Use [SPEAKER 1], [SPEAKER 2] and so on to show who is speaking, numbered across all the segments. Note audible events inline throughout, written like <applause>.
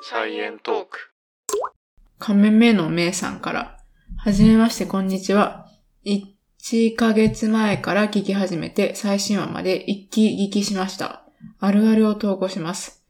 [SPEAKER 1] サイエントーク。
[SPEAKER 2] 仮面目のめいさんから。はじめまして、こんにちは。1ヶ月前から聞き始めて、最新話まで一気聞きしました。あるあるを投稿します。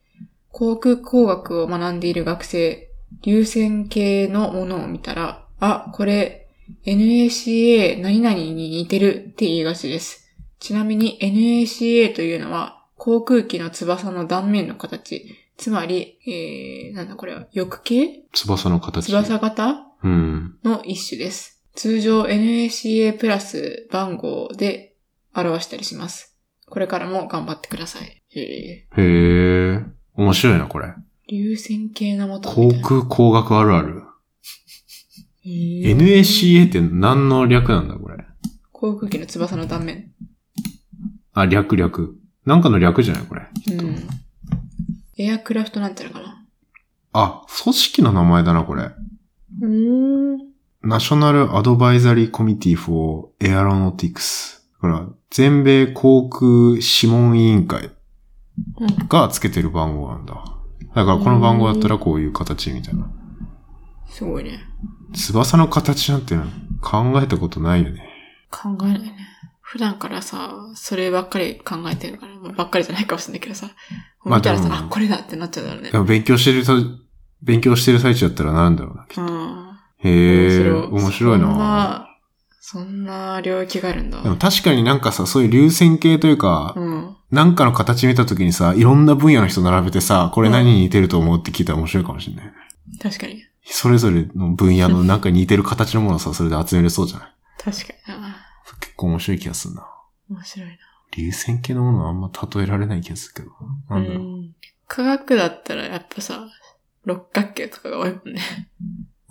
[SPEAKER 2] 航空工学を学んでいる学生、流線形のものを見たら、あ、これ、NACA 何々に似てるって言いがちです。ちなみに NACA というのは、航空機の翼の断面の形、つまり、えー、なんだこれは、翼形
[SPEAKER 3] 翼の形。
[SPEAKER 2] 翼型
[SPEAKER 3] うん。
[SPEAKER 2] の一種です。通常 NACA プラス番号で表したりします。これからも頑張ってください。へえ
[SPEAKER 3] へえ。面白いな、これ。
[SPEAKER 2] 流線形のもとみ
[SPEAKER 3] 航
[SPEAKER 2] たいな。
[SPEAKER 3] 空工学あるある。
[SPEAKER 2] へえ
[SPEAKER 3] NACA って何の略なんだ、これ。
[SPEAKER 2] 航空機の翼の断面。
[SPEAKER 3] あ、略略。なんかの略じゃない、これ。
[SPEAKER 2] うん。エアクラフトなんていうのかな。
[SPEAKER 3] あ、組織の名前だな、これ。
[SPEAKER 2] うん。
[SPEAKER 3] ナショナルアドバイザリーコミティ for Aeronautics。だから、全米航空諮問委員会
[SPEAKER 2] うん
[SPEAKER 3] がつけてる番号なんだ。だから、この番号だったらこういう形みたいな。
[SPEAKER 2] すごいね。
[SPEAKER 3] 翼の形なんて考えたことないよね。
[SPEAKER 2] 考えないね。普段からさ、そればっかり考えてるから、まあばっかりじゃないかもしれないけどさ、
[SPEAKER 3] まあ
[SPEAKER 2] 見たらさ、
[SPEAKER 3] でも
[SPEAKER 2] あ、これだってなっちゃうだろうね
[SPEAKER 3] で。も勉強してると、勉強してる最中だったらなんだろうな。
[SPEAKER 2] うん。
[SPEAKER 3] へえ、
[SPEAKER 2] 面白
[SPEAKER 3] 面白い
[SPEAKER 2] そん
[SPEAKER 3] な。
[SPEAKER 2] な、そんな領域があるんだ。
[SPEAKER 3] でも確かになんかさ、そういう流線形というか、
[SPEAKER 2] うん。
[SPEAKER 3] なんかの形見た時にさ、いろんな分野の人並べてさ、これ何に似てると思うって聞いたら面白いかもしれない。
[SPEAKER 2] 確かに。
[SPEAKER 3] それぞれの分野のなんか似てる形のものをさ、それで集めれそうじゃない
[SPEAKER 2] 確かにな。
[SPEAKER 3] 結構面白い気がするな。
[SPEAKER 2] 面白いな。
[SPEAKER 3] 流線形のものはあんま例えられない気がするけど。なんだろう。
[SPEAKER 2] ん。科学だったらやっぱさ、六角形とかが多いもんね。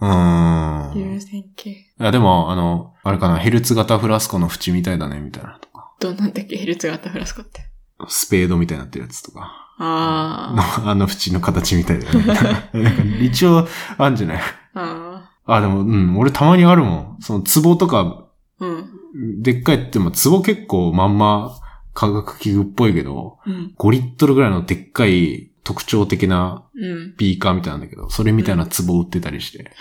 [SPEAKER 3] うーん。
[SPEAKER 2] 流
[SPEAKER 3] い
[SPEAKER 2] 線形。
[SPEAKER 3] や、でも、あの、あれかな、ヘルツ型フラスコの縁みたいだね、みたいなとか。
[SPEAKER 2] どんなんだっけヘルツ型フラスコって。
[SPEAKER 3] スペードみたいになってるやつとか。
[SPEAKER 2] あー。
[SPEAKER 3] のあの縁の形みたいだよね。 <laughs> なんか一応、あんじゃない
[SPEAKER 2] あ
[SPEAKER 3] あ、でも、うん、俺たまにあるもん。その、壺とか、
[SPEAKER 2] ー。うん。
[SPEAKER 3] でっかいって言っても、壺結構まんま科学器具っぽいけど、
[SPEAKER 2] うん。
[SPEAKER 3] 5リットルぐらいのでっかい特徴的な
[SPEAKER 2] うん。
[SPEAKER 3] ビーカーみたいなんだけど、それみたいな壺を売ってたりして。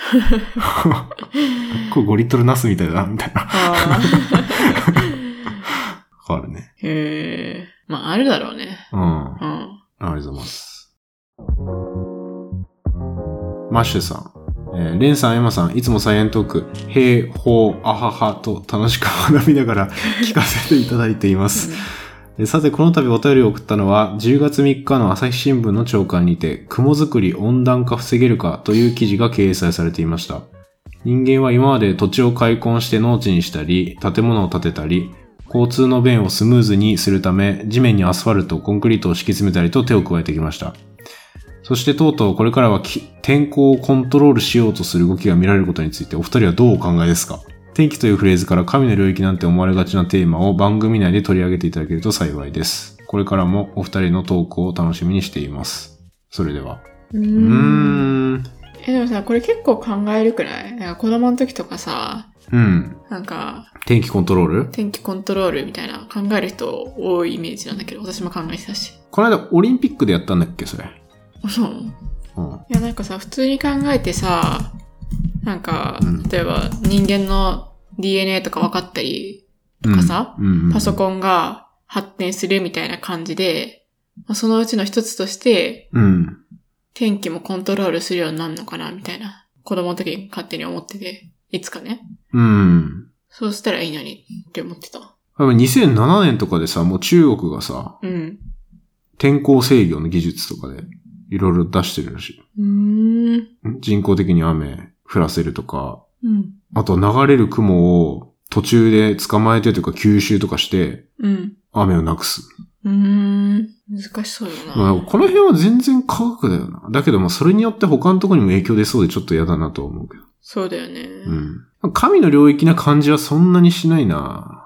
[SPEAKER 3] これ5リットルナスみたいだな、みたいな。
[SPEAKER 2] あー。
[SPEAKER 3] <laughs> あるね。
[SPEAKER 2] へえ。まあ、あるだろうね。
[SPEAKER 3] うん。あ
[SPEAKER 2] うん。
[SPEAKER 3] りがとうございます。マッシュさん。えーレンさん、エマさん、いつもサイエントーク、平方、アハハと楽しく <laughs> 学びながら聞かせていただいています。えさて、この度お便りを送ったのは、10月3日の朝日新聞の朝刊にて、雲作り温暖化防げるかという記事が掲載されていました。人間は今まで土地を開墾して農地にしたり、建物を建てたり、交通の便をスムーズにするため、地面にアスファルト、コンクリートを敷き詰めたりと手を加えてきました。そしてとうとうこれからはき天候をコントロールしようとする動きが見られることについてお二人はどうお考えですか天気というフレーズから神の領域なんて思われがちなテーマを番組内で取り上げていただけると幸いです。これからもお二人の投稿を楽しみにしています。それでは。
[SPEAKER 2] う
[SPEAKER 3] うー
[SPEAKER 2] ん。
[SPEAKER 3] ん。
[SPEAKER 2] え、でもさ、これ結構考えるくないなんか子供の時とかさ、
[SPEAKER 3] うん。
[SPEAKER 2] なんか、
[SPEAKER 3] 天気コントロール
[SPEAKER 2] 天気コントロールみたいな考える人多いイメージなんだけど、私も考えてたし。
[SPEAKER 3] この間オリンピックでやったんだっけそれ。
[SPEAKER 2] あそう
[SPEAKER 3] うん。
[SPEAKER 2] いや、なんかさ、普通に考えてさ、なんか
[SPEAKER 3] うん、
[SPEAKER 2] 例えば人間の DNA とか分かったり、とかさ
[SPEAKER 3] うん、うんうん
[SPEAKER 2] パソコンが発展するみたいな感じで、まあそのうちの一つとして、
[SPEAKER 3] うん。
[SPEAKER 2] 天気もコントロールするようになるのかな、みたいな。子供の時に勝手に思ってて、いつかね。
[SPEAKER 3] うん。
[SPEAKER 2] そうしたらいいのにって思ってた。
[SPEAKER 3] やっぱ2007年とかでさ、もう中国がさ、
[SPEAKER 2] うん。
[SPEAKER 3] 天候制御の技術とかでいろいろ出してるらし
[SPEAKER 2] うーん。
[SPEAKER 3] い。人工的に雨降らせるとか、
[SPEAKER 2] うん。
[SPEAKER 3] あと流れる雲を途中で捕まえてというか吸収とかして
[SPEAKER 2] うん。
[SPEAKER 3] 雨をなくす。
[SPEAKER 2] うーん。難しそうよな。
[SPEAKER 3] まあ、この辺は全然科学だよな。だけどまあそれによって他のところにも影響出そうでちょっと嫌だなとは思うけど。
[SPEAKER 2] そうだよね。
[SPEAKER 3] うん。神の領域な感じはそんなにしないな。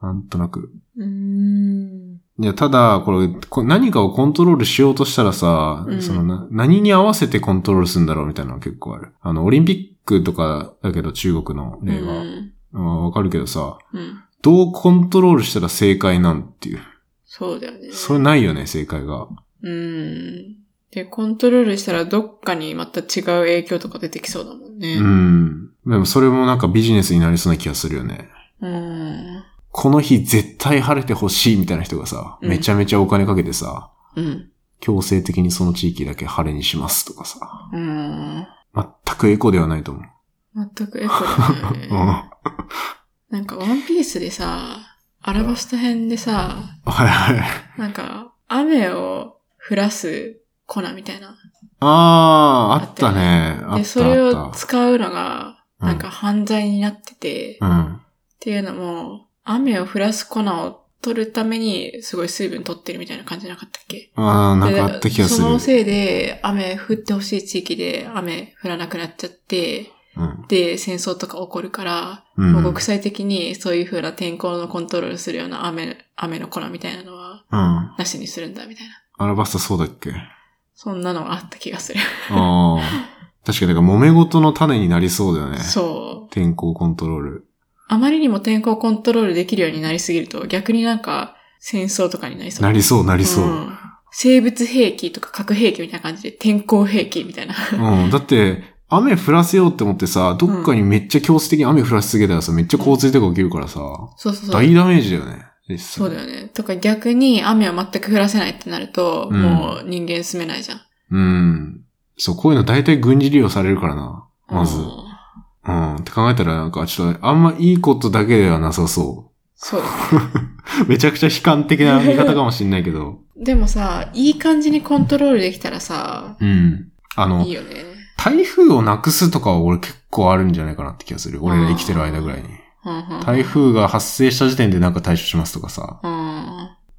[SPEAKER 3] なんとなく。
[SPEAKER 2] うーん。
[SPEAKER 3] いや、ただ、これ、こ何かをコントロールしようとしたらさ、
[SPEAKER 2] うん
[SPEAKER 3] そのな、何に合わせてコントロールするんだろうみたいなのが結構ある。あの、オリンピックとかだけど中国の例は、
[SPEAKER 2] うん
[SPEAKER 3] あわかるけどさ、
[SPEAKER 2] うん。
[SPEAKER 3] どうコントロールしたら正解なんていう。
[SPEAKER 2] そうだよね。
[SPEAKER 3] それないよね、正解が。
[SPEAKER 2] うん。で、コントロールしたらどっかにまた違う影響とか出てきそうだもんね。
[SPEAKER 3] うん。でもそれもなんかビジネスになりそうな気がするよね。
[SPEAKER 2] うん。
[SPEAKER 3] この日絶対晴れてほしいみたいな人がさ、
[SPEAKER 2] うん
[SPEAKER 3] めちゃめちゃお金かけてさ、
[SPEAKER 2] うん。
[SPEAKER 3] 強制的にその地域だけ晴れにしますとかさ、
[SPEAKER 2] うん。
[SPEAKER 3] 全くエコではないと思う。
[SPEAKER 2] 全くエコだ
[SPEAKER 3] <laughs> うん。
[SPEAKER 2] ね。
[SPEAKER 3] は
[SPEAKER 2] なんかワンピースでさ、アラバスタ編でさ、
[SPEAKER 3] いはい。
[SPEAKER 2] なんか雨を降らす粉みたいな。
[SPEAKER 3] あー、あったね。あ
[SPEAKER 2] で、
[SPEAKER 3] っ
[SPEAKER 2] そ
[SPEAKER 3] た
[SPEAKER 2] れ
[SPEAKER 3] あ
[SPEAKER 2] を
[SPEAKER 3] った。
[SPEAKER 2] 使うのが、
[SPEAKER 3] うん
[SPEAKER 2] なんか犯罪になってて、っ
[SPEAKER 3] うん。
[SPEAKER 2] ていうのも、雨を降らす粉を取るために、すごい水分取ってるみたいな感じなかったっけ
[SPEAKER 3] あー、なん
[SPEAKER 2] で
[SPEAKER 3] かあった気がす
[SPEAKER 2] そ
[SPEAKER 3] る。
[SPEAKER 2] のせいで、雨降ってほしい地域で雨降らなくなっちゃって、
[SPEAKER 3] うん。
[SPEAKER 2] で、戦争とか起こるから、
[SPEAKER 3] うん。
[SPEAKER 2] もう国際的にそういう風な天候のコントロールするような雨、雨の粉みたいなのは、
[SPEAKER 3] うん。
[SPEAKER 2] なしにするんだ、みたいな。
[SPEAKER 3] アラバスタそうだっけ
[SPEAKER 2] そんなのがあった気がする。
[SPEAKER 3] ああ。確かに、だから揉め事の種になりそうだよね。
[SPEAKER 2] そう。
[SPEAKER 3] 天候コントロール。
[SPEAKER 2] あまりにも天候コントロールできるようになりすぎると、逆になんか戦争とかになりそう。
[SPEAKER 3] なりそう、なりそう。
[SPEAKER 2] ん生物兵器とか核兵器みたいな感じで、天候兵器みた
[SPEAKER 3] <laughs>
[SPEAKER 2] いな。
[SPEAKER 3] うん。だって、雨降らせようって思ってさ、どっかにめっちゃ強制的に雨降らしすぎたらさ、めっちゃ洪水とか起きるからさ、
[SPEAKER 2] そうそうそう。
[SPEAKER 3] 大ダメージだよね。実際
[SPEAKER 2] そうだよね。とか逆に雨を全く降らせないってなると、
[SPEAKER 3] うん
[SPEAKER 2] もう人間住めないじゃん。
[SPEAKER 3] うん。そう、こういうの大体軍事利用されるからな。まず
[SPEAKER 2] うん
[SPEAKER 3] うん。って考えたらなんか、ちょっと、あんまいいことだけではなさそ
[SPEAKER 2] そうだね。
[SPEAKER 3] う。 <laughs> めちゃくちゃ悲観的な見方かもしんないけど。
[SPEAKER 2] でもさ、いい感じにコントロールできたらさ、
[SPEAKER 3] うん。あの
[SPEAKER 2] いい、よね。
[SPEAKER 3] 台風をなくすとかは俺結構あるんじゃないかなって気がする。俺ら生きてる間ぐらいに。
[SPEAKER 2] うんうん
[SPEAKER 3] 台風が発生した時点でなんか対処しますとかさ。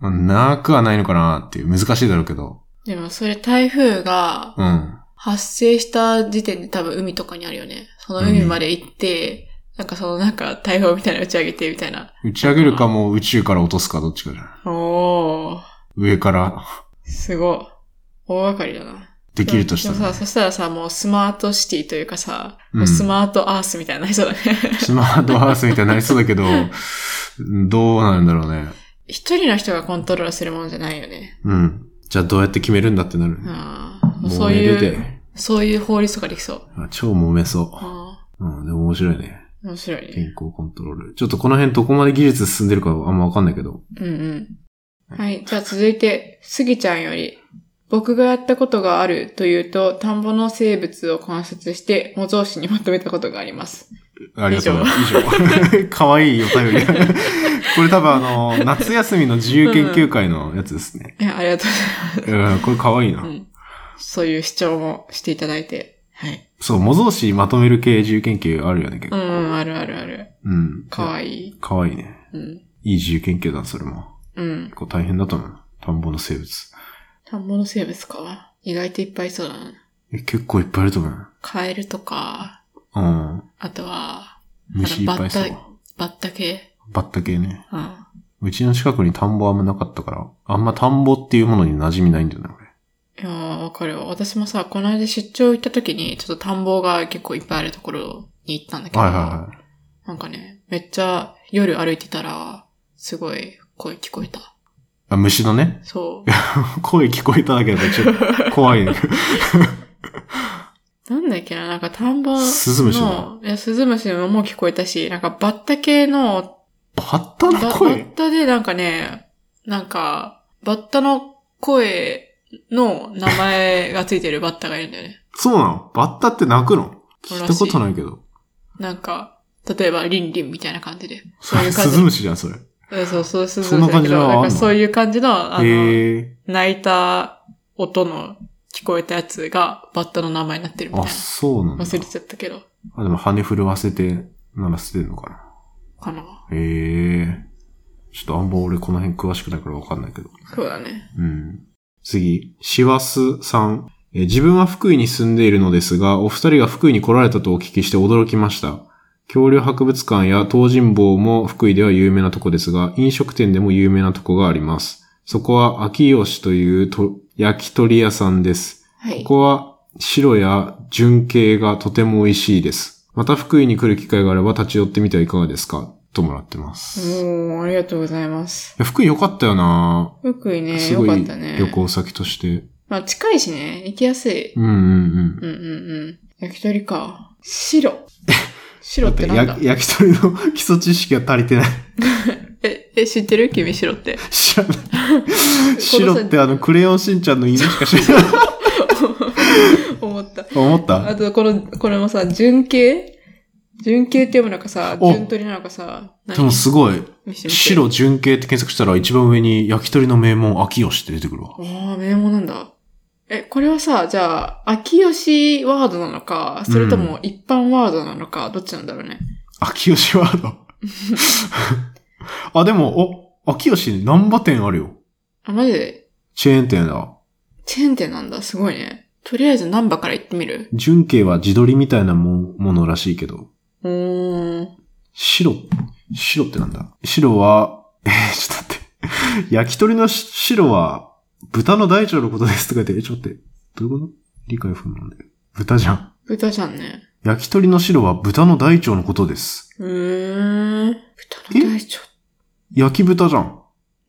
[SPEAKER 2] うん。
[SPEAKER 3] なくはないのかなっていう。難しいだろうけど。
[SPEAKER 2] でもそれ台風が
[SPEAKER 3] うん。
[SPEAKER 2] 発生した時点で多分海とかにあるよね。その海まで行って、なんかそのなんか台風みたいなの打ち上げてみたいな。
[SPEAKER 3] 打ち上げるかもう宇宙から落とすかどっちかじゃん。
[SPEAKER 2] おー、
[SPEAKER 3] 上から
[SPEAKER 2] すごい。大掛かりだな。
[SPEAKER 3] できるとした
[SPEAKER 2] でも
[SPEAKER 3] ら
[SPEAKER 2] さ、
[SPEAKER 3] ね。
[SPEAKER 2] そしたらさ、もうスマートシティというかさ、
[SPEAKER 3] うん
[SPEAKER 2] もうスマートアースみたいになりそうだね。 <laughs>
[SPEAKER 3] スマートハウスみたいになりそうだけど、どうなるんだろうね。
[SPEAKER 2] 一人の人がコントロールするものじゃないよね。
[SPEAKER 3] うん。じゃあどうやって決めるんだってなる。
[SPEAKER 2] あー
[SPEAKER 3] 揉
[SPEAKER 2] そう
[SPEAKER 3] める
[SPEAKER 2] い
[SPEAKER 3] で
[SPEAKER 2] う、。そういう法律とかできそう。
[SPEAKER 3] あ超揉めそ
[SPEAKER 2] あ
[SPEAKER 3] う。うん、でも面白いね。
[SPEAKER 2] ー面白いね。
[SPEAKER 3] 健康コントロール。ちょっとこの辺どこまで技術進んでるかあんまわかんないけど。
[SPEAKER 2] うんうん。はい。じゃあ続いて、スギちゃんより、僕がやったことがあるというと、田んぼの生物を観察して、模造紙にまとめたことがあります。
[SPEAKER 3] ありがとう。以上。 <laughs> かわいいお便り。これ多分あの、夏休みの自由研究会のやつですね。
[SPEAKER 2] いや、ありがとう
[SPEAKER 3] うん、これかわいいな
[SPEAKER 2] ござい。ます。そういう主張もしていただいて。はい。
[SPEAKER 3] そう、模造紙まとめる系自由研究あるよね、結
[SPEAKER 2] う
[SPEAKER 3] 構。
[SPEAKER 2] んうん、あるあるある。
[SPEAKER 3] うん。
[SPEAKER 2] か
[SPEAKER 3] い
[SPEAKER 2] わいい。
[SPEAKER 3] い。かわいいね。
[SPEAKER 2] うん。
[SPEAKER 3] いい自由研究だ、それも。
[SPEAKER 2] うん
[SPEAKER 3] 結。構大変だと思う。田んぼの生物。
[SPEAKER 2] 田んぼの生物か。意外といっぱいいそうだな。
[SPEAKER 3] え結構いっぱいいると思う。
[SPEAKER 2] カエルとか、
[SPEAKER 3] うん。
[SPEAKER 2] あとは、
[SPEAKER 3] 虫いっぱいそう
[SPEAKER 2] あの。バッタ系。
[SPEAKER 3] バッタ系ね。
[SPEAKER 2] うん。
[SPEAKER 3] うちの近くに田んぼあんまなかったから、あんま田んぼっていうものに馴染みないんだよね、俺。
[SPEAKER 2] いやー、わかるわ。私もさ、この間出張行った時に、ちょっと田んぼが結構いっぱいあるところに行ったんだけど、
[SPEAKER 3] はいは
[SPEAKER 2] なんかね、めっちゃ夜歩いてたら、すごい声聞こえた。
[SPEAKER 3] いはい。あ、虫のね。 <laughs>
[SPEAKER 2] そ
[SPEAKER 3] 声聞こえただけだとちょっと怖
[SPEAKER 2] <laughs>
[SPEAKER 3] いね。
[SPEAKER 2] う。なんだっけな、なんか田んぼの、
[SPEAKER 3] スズムシだ
[SPEAKER 2] いや、スズムシももう聞こえたし、なんかバッタ系の、
[SPEAKER 3] バッタ
[SPEAKER 2] ババ
[SPEAKER 3] の声
[SPEAKER 2] ッタでなんかね、なんか、バッタの声の名前がついてるバッタがいるんだよね。
[SPEAKER 3] そうなのバッタって泣くの
[SPEAKER 2] そ
[SPEAKER 3] 聞
[SPEAKER 2] う
[SPEAKER 3] い
[SPEAKER 2] ら
[SPEAKER 3] た
[SPEAKER 2] しい
[SPEAKER 3] ことないけど。
[SPEAKER 2] なんか、例えばリンリンみたいな感じで。
[SPEAKER 3] それ
[SPEAKER 2] いう
[SPEAKER 3] ス
[SPEAKER 2] 感じ
[SPEAKER 3] ズムシじゃん、それ。
[SPEAKER 2] うんそうそう、そう
[SPEAKER 3] そんな感じの
[SPEAKER 2] だけど
[SPEAKER 3] あんの
[SPEAKER 2] なんかそういう感じの、あの、
[SPEAKER 3] へえ。
[SPEAKER 2] 泣いた音の聞こえたやつがバッタの名前になってるみた
[SPEAKER 3] あ、
[SPEAKER 2] いな。
[SPEAKER 3] そうなんだ。
[SPEAKER 2] 忘れちゃったけど、
[SPEAKER 3] あ、でも羽震わせて鳴らしてんのかな。
[SPEAKER 2] かな。
[SPEAKER 3] へえ。ちょっとあんま俺この辺詳しくないからわかんないけど。
[SPEAKER 2] そうだね。
[SPEAKER 3] うん。次、シワスさん。えー自分は福井に住んでいるのですが、お二人が福井に来られたとお聞きして驚きました。恐竜博物館や東尋坊も福井では有名なとこですが、飲食店でも有名なとこがあります。そこは秋吉というと焼き鳥屋さんです。
[SPEAKER 2] はい
[SPEAKER 3] こ。こは白や純系がとても美味しいです。また福井に来る機会があれば立ち寄ってみてはいかがですかともらってます。い
[SPEAKER 2] もう、ありがとうございます。
[SPEAKER 3] や福井良かったよな
[SPEAKER 2] 福井ね、
[SPEAKER 3] す
[SPEAKER 2] よ
[SPEAKER 3] ご
[SPEAKER 2] かっ
[SPEAKER 3] い
[SPEAKER 2] たね。
[SPEAKER 3] 旅行先として。
[SPEAKER 2] ままあ近いしね、行きやすい。
[SPEAKER 3] うんうんうん。
[SPEAKER 2] うんうんうん。焼き鳥か。
[SPEAKER 3] <laughs>
[SPEAKER 2] 白。白
[SPEAKER 3] だ
[SPEAKER 2] っ
[SPEAKER 3] ってて
[SPEAKER 2] なん
[SPEAKER 3] や
[SPEAKER 2] だ
[SPEAKER 3] 焼き鳥の <laughs> 基礎知識が足りてない。
[SPEAKER 2] え、え、知ってる君白って。 <laughs>
[SPEAKER 3] 知らない。白ってあの、クレヨンしんちゃんの犬しか知ら
[SPEAKER 2] <laughs>
[SPEAKER 3] ない。
[SPEAKER 2] 思った。
[SPEAKER 3] 思った
[SPEAKER 2] あと、この、これもさ、純系純系って読むのかさ、
[SPEAKER 3] お
[SPEAKER 2] 純鳥なのかさ、
[SPEAKER 3] でもすごい。
[SPEAKER 2] 何見せてみて
[SPEAKER 3] 白純系って検索したら一番上に焼き鳥の名門秋吉って出てくるわ。
[SPEAKER 2] ああ、名門なんだ。え、これはさ、じゃあ、秋吉ワードなのか、それとも一般ワードなのか、どっちなんだろうね。
[SPEAKER 3] 秋吉ワード。 <laughs> あ、でも、お、秋吉に難波店あるよ。
[SPEAKER 2] あ、マジで、
[SPEAKER 3] チェーン店だ。
[SPEAKER 2] チェーン店なんだ、すごいね。とりあえず難波から行ってみる
[SPEAKER 3] 純系は自撮りみたいなもものらしいけど。
[SPEAKER 2] うーん。
[SPEAKER 3] 白、白ってなんだ白は、 <laughs> えー、ちょっと待って。 <laughs> 焼き鳥のし白は、豚の大腸のことですとか言って、え、ちょっと待って。どういうこと理解不能なんだよ。豚じゃん。
[SPEAKER 2] 豚じゃんね。
[SPEAKER 3] 焼き鳥の白は豚の大腸のことです。
[SPEAKER 2] うーん。豚の大腸。
[SPEAKER 3] 焼き豚じゃん。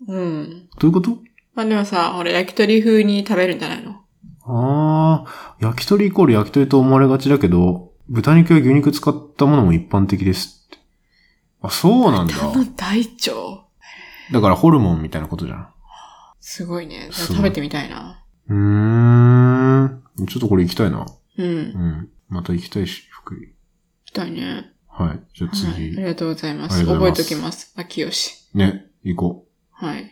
[SPEAKER 2] うん。
[SPEAKER 3] どういうこと
[SPEAKER 2] まあでもさ、ほら、焼き鳥風に食べるんじゃないの
[SPEAKER 3] あー、焼き鳥イコール焼き鳥と思われがちだけど、豚肉や牛肉使ったものも一般的ですって。あ、そうなん <laughs> だ。
[SPEAKER 2] 豚の大腸。
[SPEAKER 3] だからホルモンみたいなことじゃん。
[SPEAKER 2] すごいね。じゃあ
[SPEAKER 3] すごい
[SPEAKER 2] 食べてみたいな。
[SPEAKER 3] うーん。ちょっとこれ行きたいな。
[SPEAKER 2] うん。
[SPEAKER 3] う
[SPEAKER 2] 行
[SPEAKER 3] ん。また行きたいし、福井。
[SPEAKER 2] きたいね。
[SPEAKER 3] はい。じゃあ
[SPEAKER 2] はい。
[SPEAKER 3] 次
[SPEAKER 2] あり、がとうございま
[SPEAKER 3] あ
[SPEAKER 2] す。
[SPEAKER 3] りがとう
[SPEAKER 2] 覚
[SPEAKER 3] ござ
[SPEAKER 2] え
[SPEAKER 3] います
[SPEAKER 2] ときます。秋吉。
[SPEAKER 3] ね、行こ
[SPEAKER 2] はい。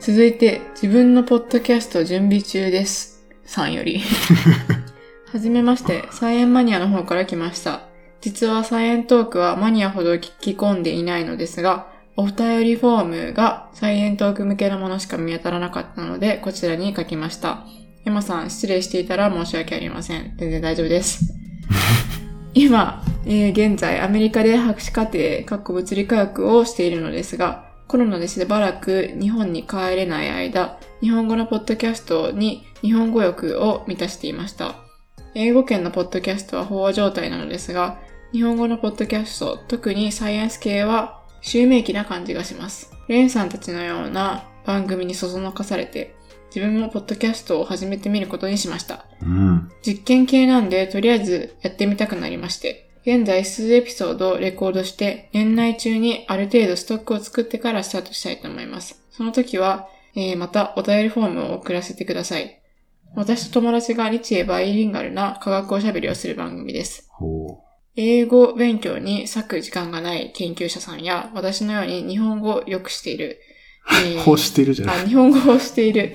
[SPEAKER 2] 続いて、自分のポッドキャスト準備中です。さんより。はじめまして、サイエンマニアの方から来ました。実はサイエントークはマニアほど聞き込んでいないのですが、お便りフォームがサイエントーク向けのものしか見当たらなかったので、こちらに書きました。エマさん、失礼していたら申し訳ありません。全然大丈夫です。今、えー現在アメリカで博士課程、かっこ物理科学をしているのですが、コロナでしばらく日本に帰れない間、日本語のポッドキャストに日本語欲を満たしていました。英語圏のポッドキャストは飽和状態なのですが、日本語のポッドキャスト、特にサイエンス系は、襲名期な感じがします。レンさんたちのような番組にそそのかされて、自分もポッドキャストを始めてみることにしました。
[SPEAKER 3] う。うん。
[SPEAKER 2] 実験系なんで、とりあえずやってみたくなりまして。現在数エピソードをレコードして、年内中にある程度ストックを作ってからスタートしたいと思います。その時は、えーまたお便りフォームを送らせてください。私と友達が日英バイリンガルな科学おしゃべりをする番組です。
[SPEAKER 3] ほ
[SPEAKER 2] 英語勉強に割く時間がない研究者さんや、私のように日本語を良くしている、
[SPEAKER 3] <laughs>
[SPEAKER 2] え
[SPEAKER 3] う。
[SPEAKER 2] ー
[SPEAKER 3] こうしてるじゃない。
[SPEAKER 2] あ日本語をしている、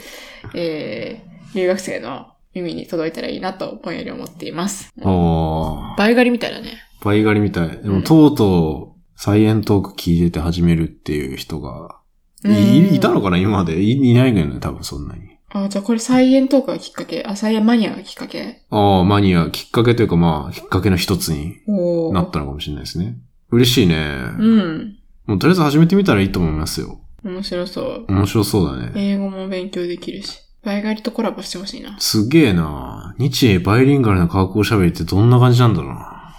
[SPEAKER 2] えー、留学生の耳に届いたらいいなと、ぼんやり思っています。
[SPEAKER 3] おー。
[SPEAKER 2] 倍狩りみたいだね。
[SPEAKER 3] バイガリみたい。で
[SPEAKER 2] う
[SPEAKER 3] も、
[SPEAKER 2] ん
[SPEAKER 3] とうとう、サイエントーク聞いてて始めるっていう人が、
[SPEAKER 2] うん
[SPEAKER 3] いいたのかな今まで。いいないけどね、多分そんなに。
[SPEAKER 2] あ、じゃあこれ菜園トークがきっかけあ、菜園マニアがきっかけ
[SPEAKER 3] ああ、マニア、きっかけというかまあ、きっかけの一つに
[SPEAKER 2] おー
[SPEAKER 3] なったのかもしれないですね。嬉しいね。
[SPEAKER 2] うん。
[SPEAKER 3] もうとりあえず始めてみたらいいと思いますよ。
[SPEAKER 2] 面白そう。
[SPEAKER 3] 面白そうだね。
[SPEAKER 2] 英語も勉強できるし。倍狩りとコラボしてほしいな。
[SPEAKER 3] すげえな日英バイリンガルな科学を喋りってどんな感じなんだろうな。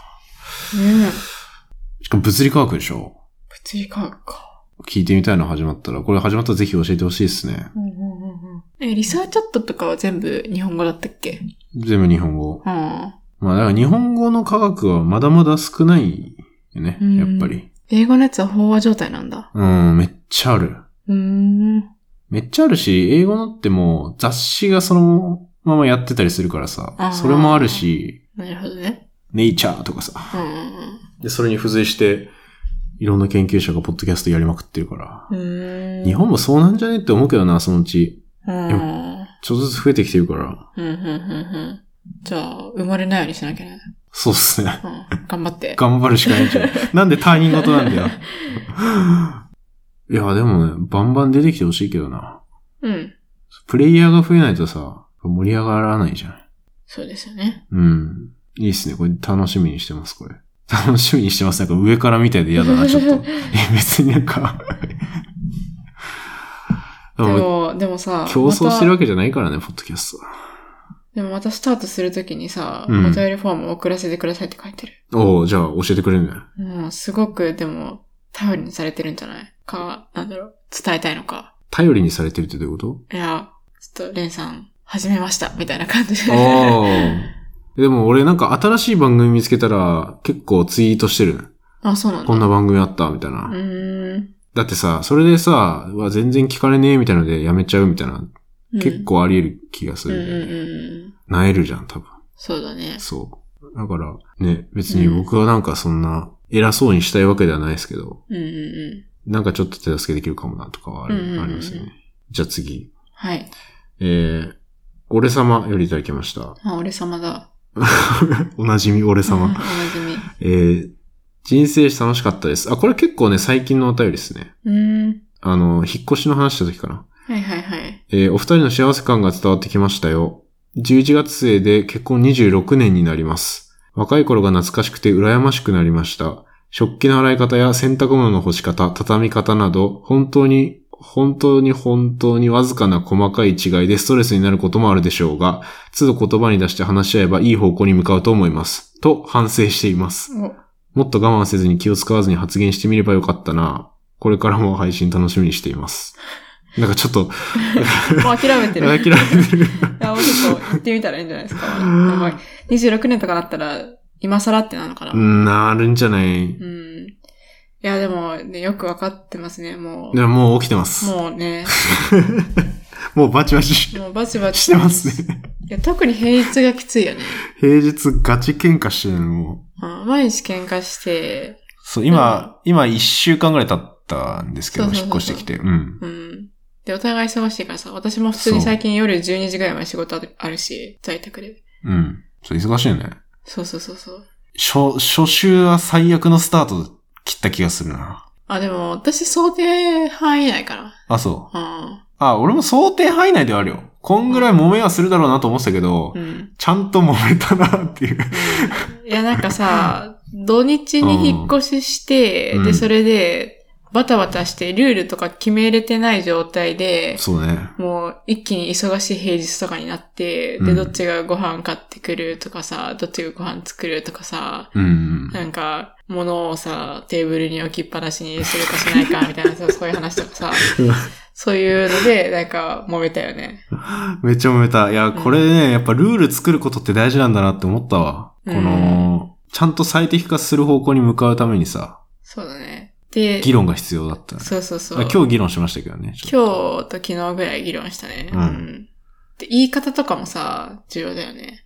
[SPEAKER 2] ねえ。
[SPEAKER 3] しかも物理科学でしょ
[SPEAKER 2] 物理科学か。
[SPEAKER 3] 聞いてみたいの始まったら、これ始まったらぜひ教えてほしいですね。
[SPEAKER 2] うんうんうんうん。え、リサーチャットとかは全部日本語だったっけ
[SPEAKER 3] 全部日本語。
[SPEAKER 2] うん。
[SPEAKER 3] まあだから日本語の科学はまだまだ少ないよね、
[SPEAKER 2] うん
[SPEAKER 3] やっぱり。
[SPEAKER 2] 英語のやつは飽和状態なんだ。
[SPEAKER 3] うん、めっちゃある。
[SPEAKER 2] うーん。
[SPEAKER 3] めっちゃあるし、英語のってもう雑誌がそのままやってたりするから
[SPEAKER 2] あ
[SPEAKER 3] さ
[SPEAKER 2] ー、
[SPEAKER 3] それもあるし、
[SPEAKER 2] なるほどね。
[SPEAKER 3] ネイチャーとかさ。
[SPEAKER 2] うんうん
[SPEAKER 3] で、それに付随して、いろんな研究者がポッドキャストやりまくってるから。
[SPEAKER 2] うん。うーん
[SPEAKER 3] 日本もそうなんじゃねって思うけどな、そのうち。
[SPEAKER 2] うん。
[SPEAKER 3] ちょっとずつ増えてきてるから。
[SPEAKER 2] うん、うん、うん、うん。じゃあ、生まれないようにしなきゃね。
[SPEAKER 3] そうっすね。 <laughs>
[SPEAKER 2] うん。頑張って。
[SPEAKER 3] 頑張るしかないじゃん。なんで他人事なんだよ。 <laughs> いや、でもね、バンバン出てきてほしいけどな。
[SPEAKER 2] うん。
[SPEAKER 3] プレイヤーが増えないとさ、盛り上がらないじゃん。
[SPEAKER 2] そうですよね。
[SPEAKER 3] うん。いいっすね。これ楽しみにしてます、これ。 <laughs> 楽しみにしてます。なんか上からみたいで嫌だな、ちょっ
[SPEAKER 2] <laughs>
[SPEAKER 3] と。え、別になんかで
[SPEAKER 2] で
[SPEAKER 3] も、
[SPEAKER 2] も、でもさ、
[SPEAKER 3] 競争してる
[SPEAKER 2] ま
[SPEAKER 3] わけじゃないからね、ポッドキャストは。
[SPEAKER 2] たでもまたスタートするときにさ、
[SPEAKER 3] うん
[SPEAKER 2] お便りフォームを送らせてくださいって書いてる。
[SPEAKER 3] おうじゃあ教えてくれるね。
[SPEAKER 2] うん、すごく、でも、頼りにされてるんじゃないか、なんだろう、伝えたいのか。
[SPEAKER 3] 頼りにされてるってどういうこと
[SPEAKER 2] いや、ちょっと、レンさん、始めました、みたいな感 <laughs> じで。
[SPEAKER 3] おー。でも俺なんか新しい番組見つけたら結構ツイートしてるね。
[SPEAKER 2] あ、そうなんだ。
[SPEAKER 3] こんな番組あったみたいな。
[SPEAKER 2] うーん。
[SPEAKER 3] だってさ、それでさ、うわ全然聞かれねえみたいなのでやめちゃうみたいな、
[SPEAKER 2] うん
[SPEAKER 3] 結構あり得る気がす
[SPEAKER 2] うん
[SPEAKER 3] る
[SPEAKER 2] うん
[SPEAKER 3] だよね、
[SPEAKER 2] うんうん。
[SPEAKER 3] なえるじゃん、多分。
[SPEAKER 2] そうだね。
[SPEAKER 3] そう。だから、ね、別に僕はなんかそんな偉そうにしたいわけではないですけど、
[SPEAKER 2] うんうんう
[SPEAKER 3] なんかちょっと手助けできるかもなとかはある
[SPEAKER 2] うんうんうんうん
[SPEAKER 3] ありますよね。じゃあ次。
[SPEAKER 2] ん。はい。
[SPEAKER 3] えー、俺様よりいただきました。 <laughs>
[SPEAKER 2] あ、俺様だ。
[SPEAKER 3] おなじみ俺
[SPEAKER 2] うんお
[SPEAKER 3] 様
[SPEAKER 2] な。じみ。
[SPEAKER 3] えー、人生史楽しかったです。あ、これ結構ね、最近のお便りですね。
[SPEAKER 2] うーん。
[SPEAKER 3] あの、引っ越しの話した時かな。
[SPEAKER 2] はいはいはい。
[SPEAKER 3] えーお二人の幸せ感が伝わってきましたよ。11月末で結婚26年になります。若い頃が懐かしくて羨ましくなりました。食器の洗い方や洗濯物の干し方、畳み方など、本当に、本当に本当にわずかな細かい違いでストレスになることもあるでしょうが、都度言葉に出して話し合えばいい方向に向かうと思います。と反省しています。
[SPEAKER 2] お、
[SPEAKER 3] もっと我慢せずに気を使わずに発言してみればよかったな。これからも配信楽しみにしています。なんかちょっと、
[SPEAKER 2] もう諦めてる。
[SPEAKER 3] 諦めてる。
[SPEAKER 2] あ、もうちょっと行ってみたらいいんじゃないですか。やばい。26年とかだったら、今更ってなのかな。
[SPEAKER 3] うんなるんじゃない。
[SPEAKER 2] うん。いや、でも、ね、よくわかってますね、もう。
[SPEAKER 3] でももう起きてます。も
[SPEAKER 2] もうね、
[SPEAKER 3] うバチバチし
[SPEAKER 2] もうバチバチ。
[SPEAKER 3] してます。ね。
[SPEAKER 2] いや、特に平日がきついよね。
[SPEAKER 3] 平日ガチ喧嘩してるのもう。
[SPEAKER 2] うん毎日喧嘩して、
[SPEAKER 3] そう、今、今一週間ぐらい経ったんですけど、
[SPEAKER 2] そうそう
[SPEAKER 3] 引
[SPEAKER 2] そ
[SPEAKER 3] っ
[SPEAKER 2] う
[SPEAKER 3] 越してきて。うん。
[SPEAKER 2] うん。で、お互い忙しいからさ、私も普通に最近夜12時ぐらいまで仕事あるし、在宅で。
[SPEAKER 3] うん。そう、忙しいよね。
[SPEAKER 2] そうそうそうそう。
[SPEAKER 3] 初、初週は最悪のスタート切った気がするな。
[SPEAKER 2] あ、でも、私想定範囲内か
[SPEAKER 3] あ、そう。
[SPEAKER 2] な。
[SPEAKER 3] あ、俺も想定範囲内ではあるよ。こんぐらい揉めはするだろうなと思ってたけど、
[SPEAKER 2] うん。うん。
[SPEAKER 3] ちゃんと揉めたなっていう。
[SPEAKER 2] いや、なんかさ、土日に引っ越しして、
[SPEAKER 3] うんう
[SPEAKER 2] で、
[SPEAKER 3] ん
[SPEAKER 2] それで、バタバタして、ルールとか決めれてない状態で、
[SPEAKER 3] そうね。
[SPEAKER 2] もう一気に忙しい平日とかになって、
[SPEAKER 3] う
[SPEAKER 2] で、
[SPEAKER 3] ん
[SPEAKER 2] どっちがご飯買ってくるとかさ、どっちがご飯作るとかさ、
[SPEAKER 3] うん。
[SPEAKER 2] なんか、物をさ、テーブルに置きっぱなしにするかしないかみたい
[SPEAKER 3] <laughs>
[SPEAKER 2] なさ、そういう話とかさ
[SPEAKER 3] うん、
[SPEAKER 2] そういうので、なんか、揉めたよね。
[SPEAKER 3] めっちゃ揉めた。いや、これね、やっぱルール作ることって大事なんだなって思ったわ。この、ちゃんと最適化する方向に向かうためにさ、
[SPEAKER 2] そうだね。で、
[SPEAKER 3] 議論が必要だったね。
[SPEAKER 2] そうそうそう。
[SPEAKER 3] 今日議論しましたけどね。ちょっと
[SPEAKER 2] 今日と昨日ぐらい議論したね。
[SPEAKER 3] うん
[SPEAKER 2] で、言い方とかもさ、重要だよね。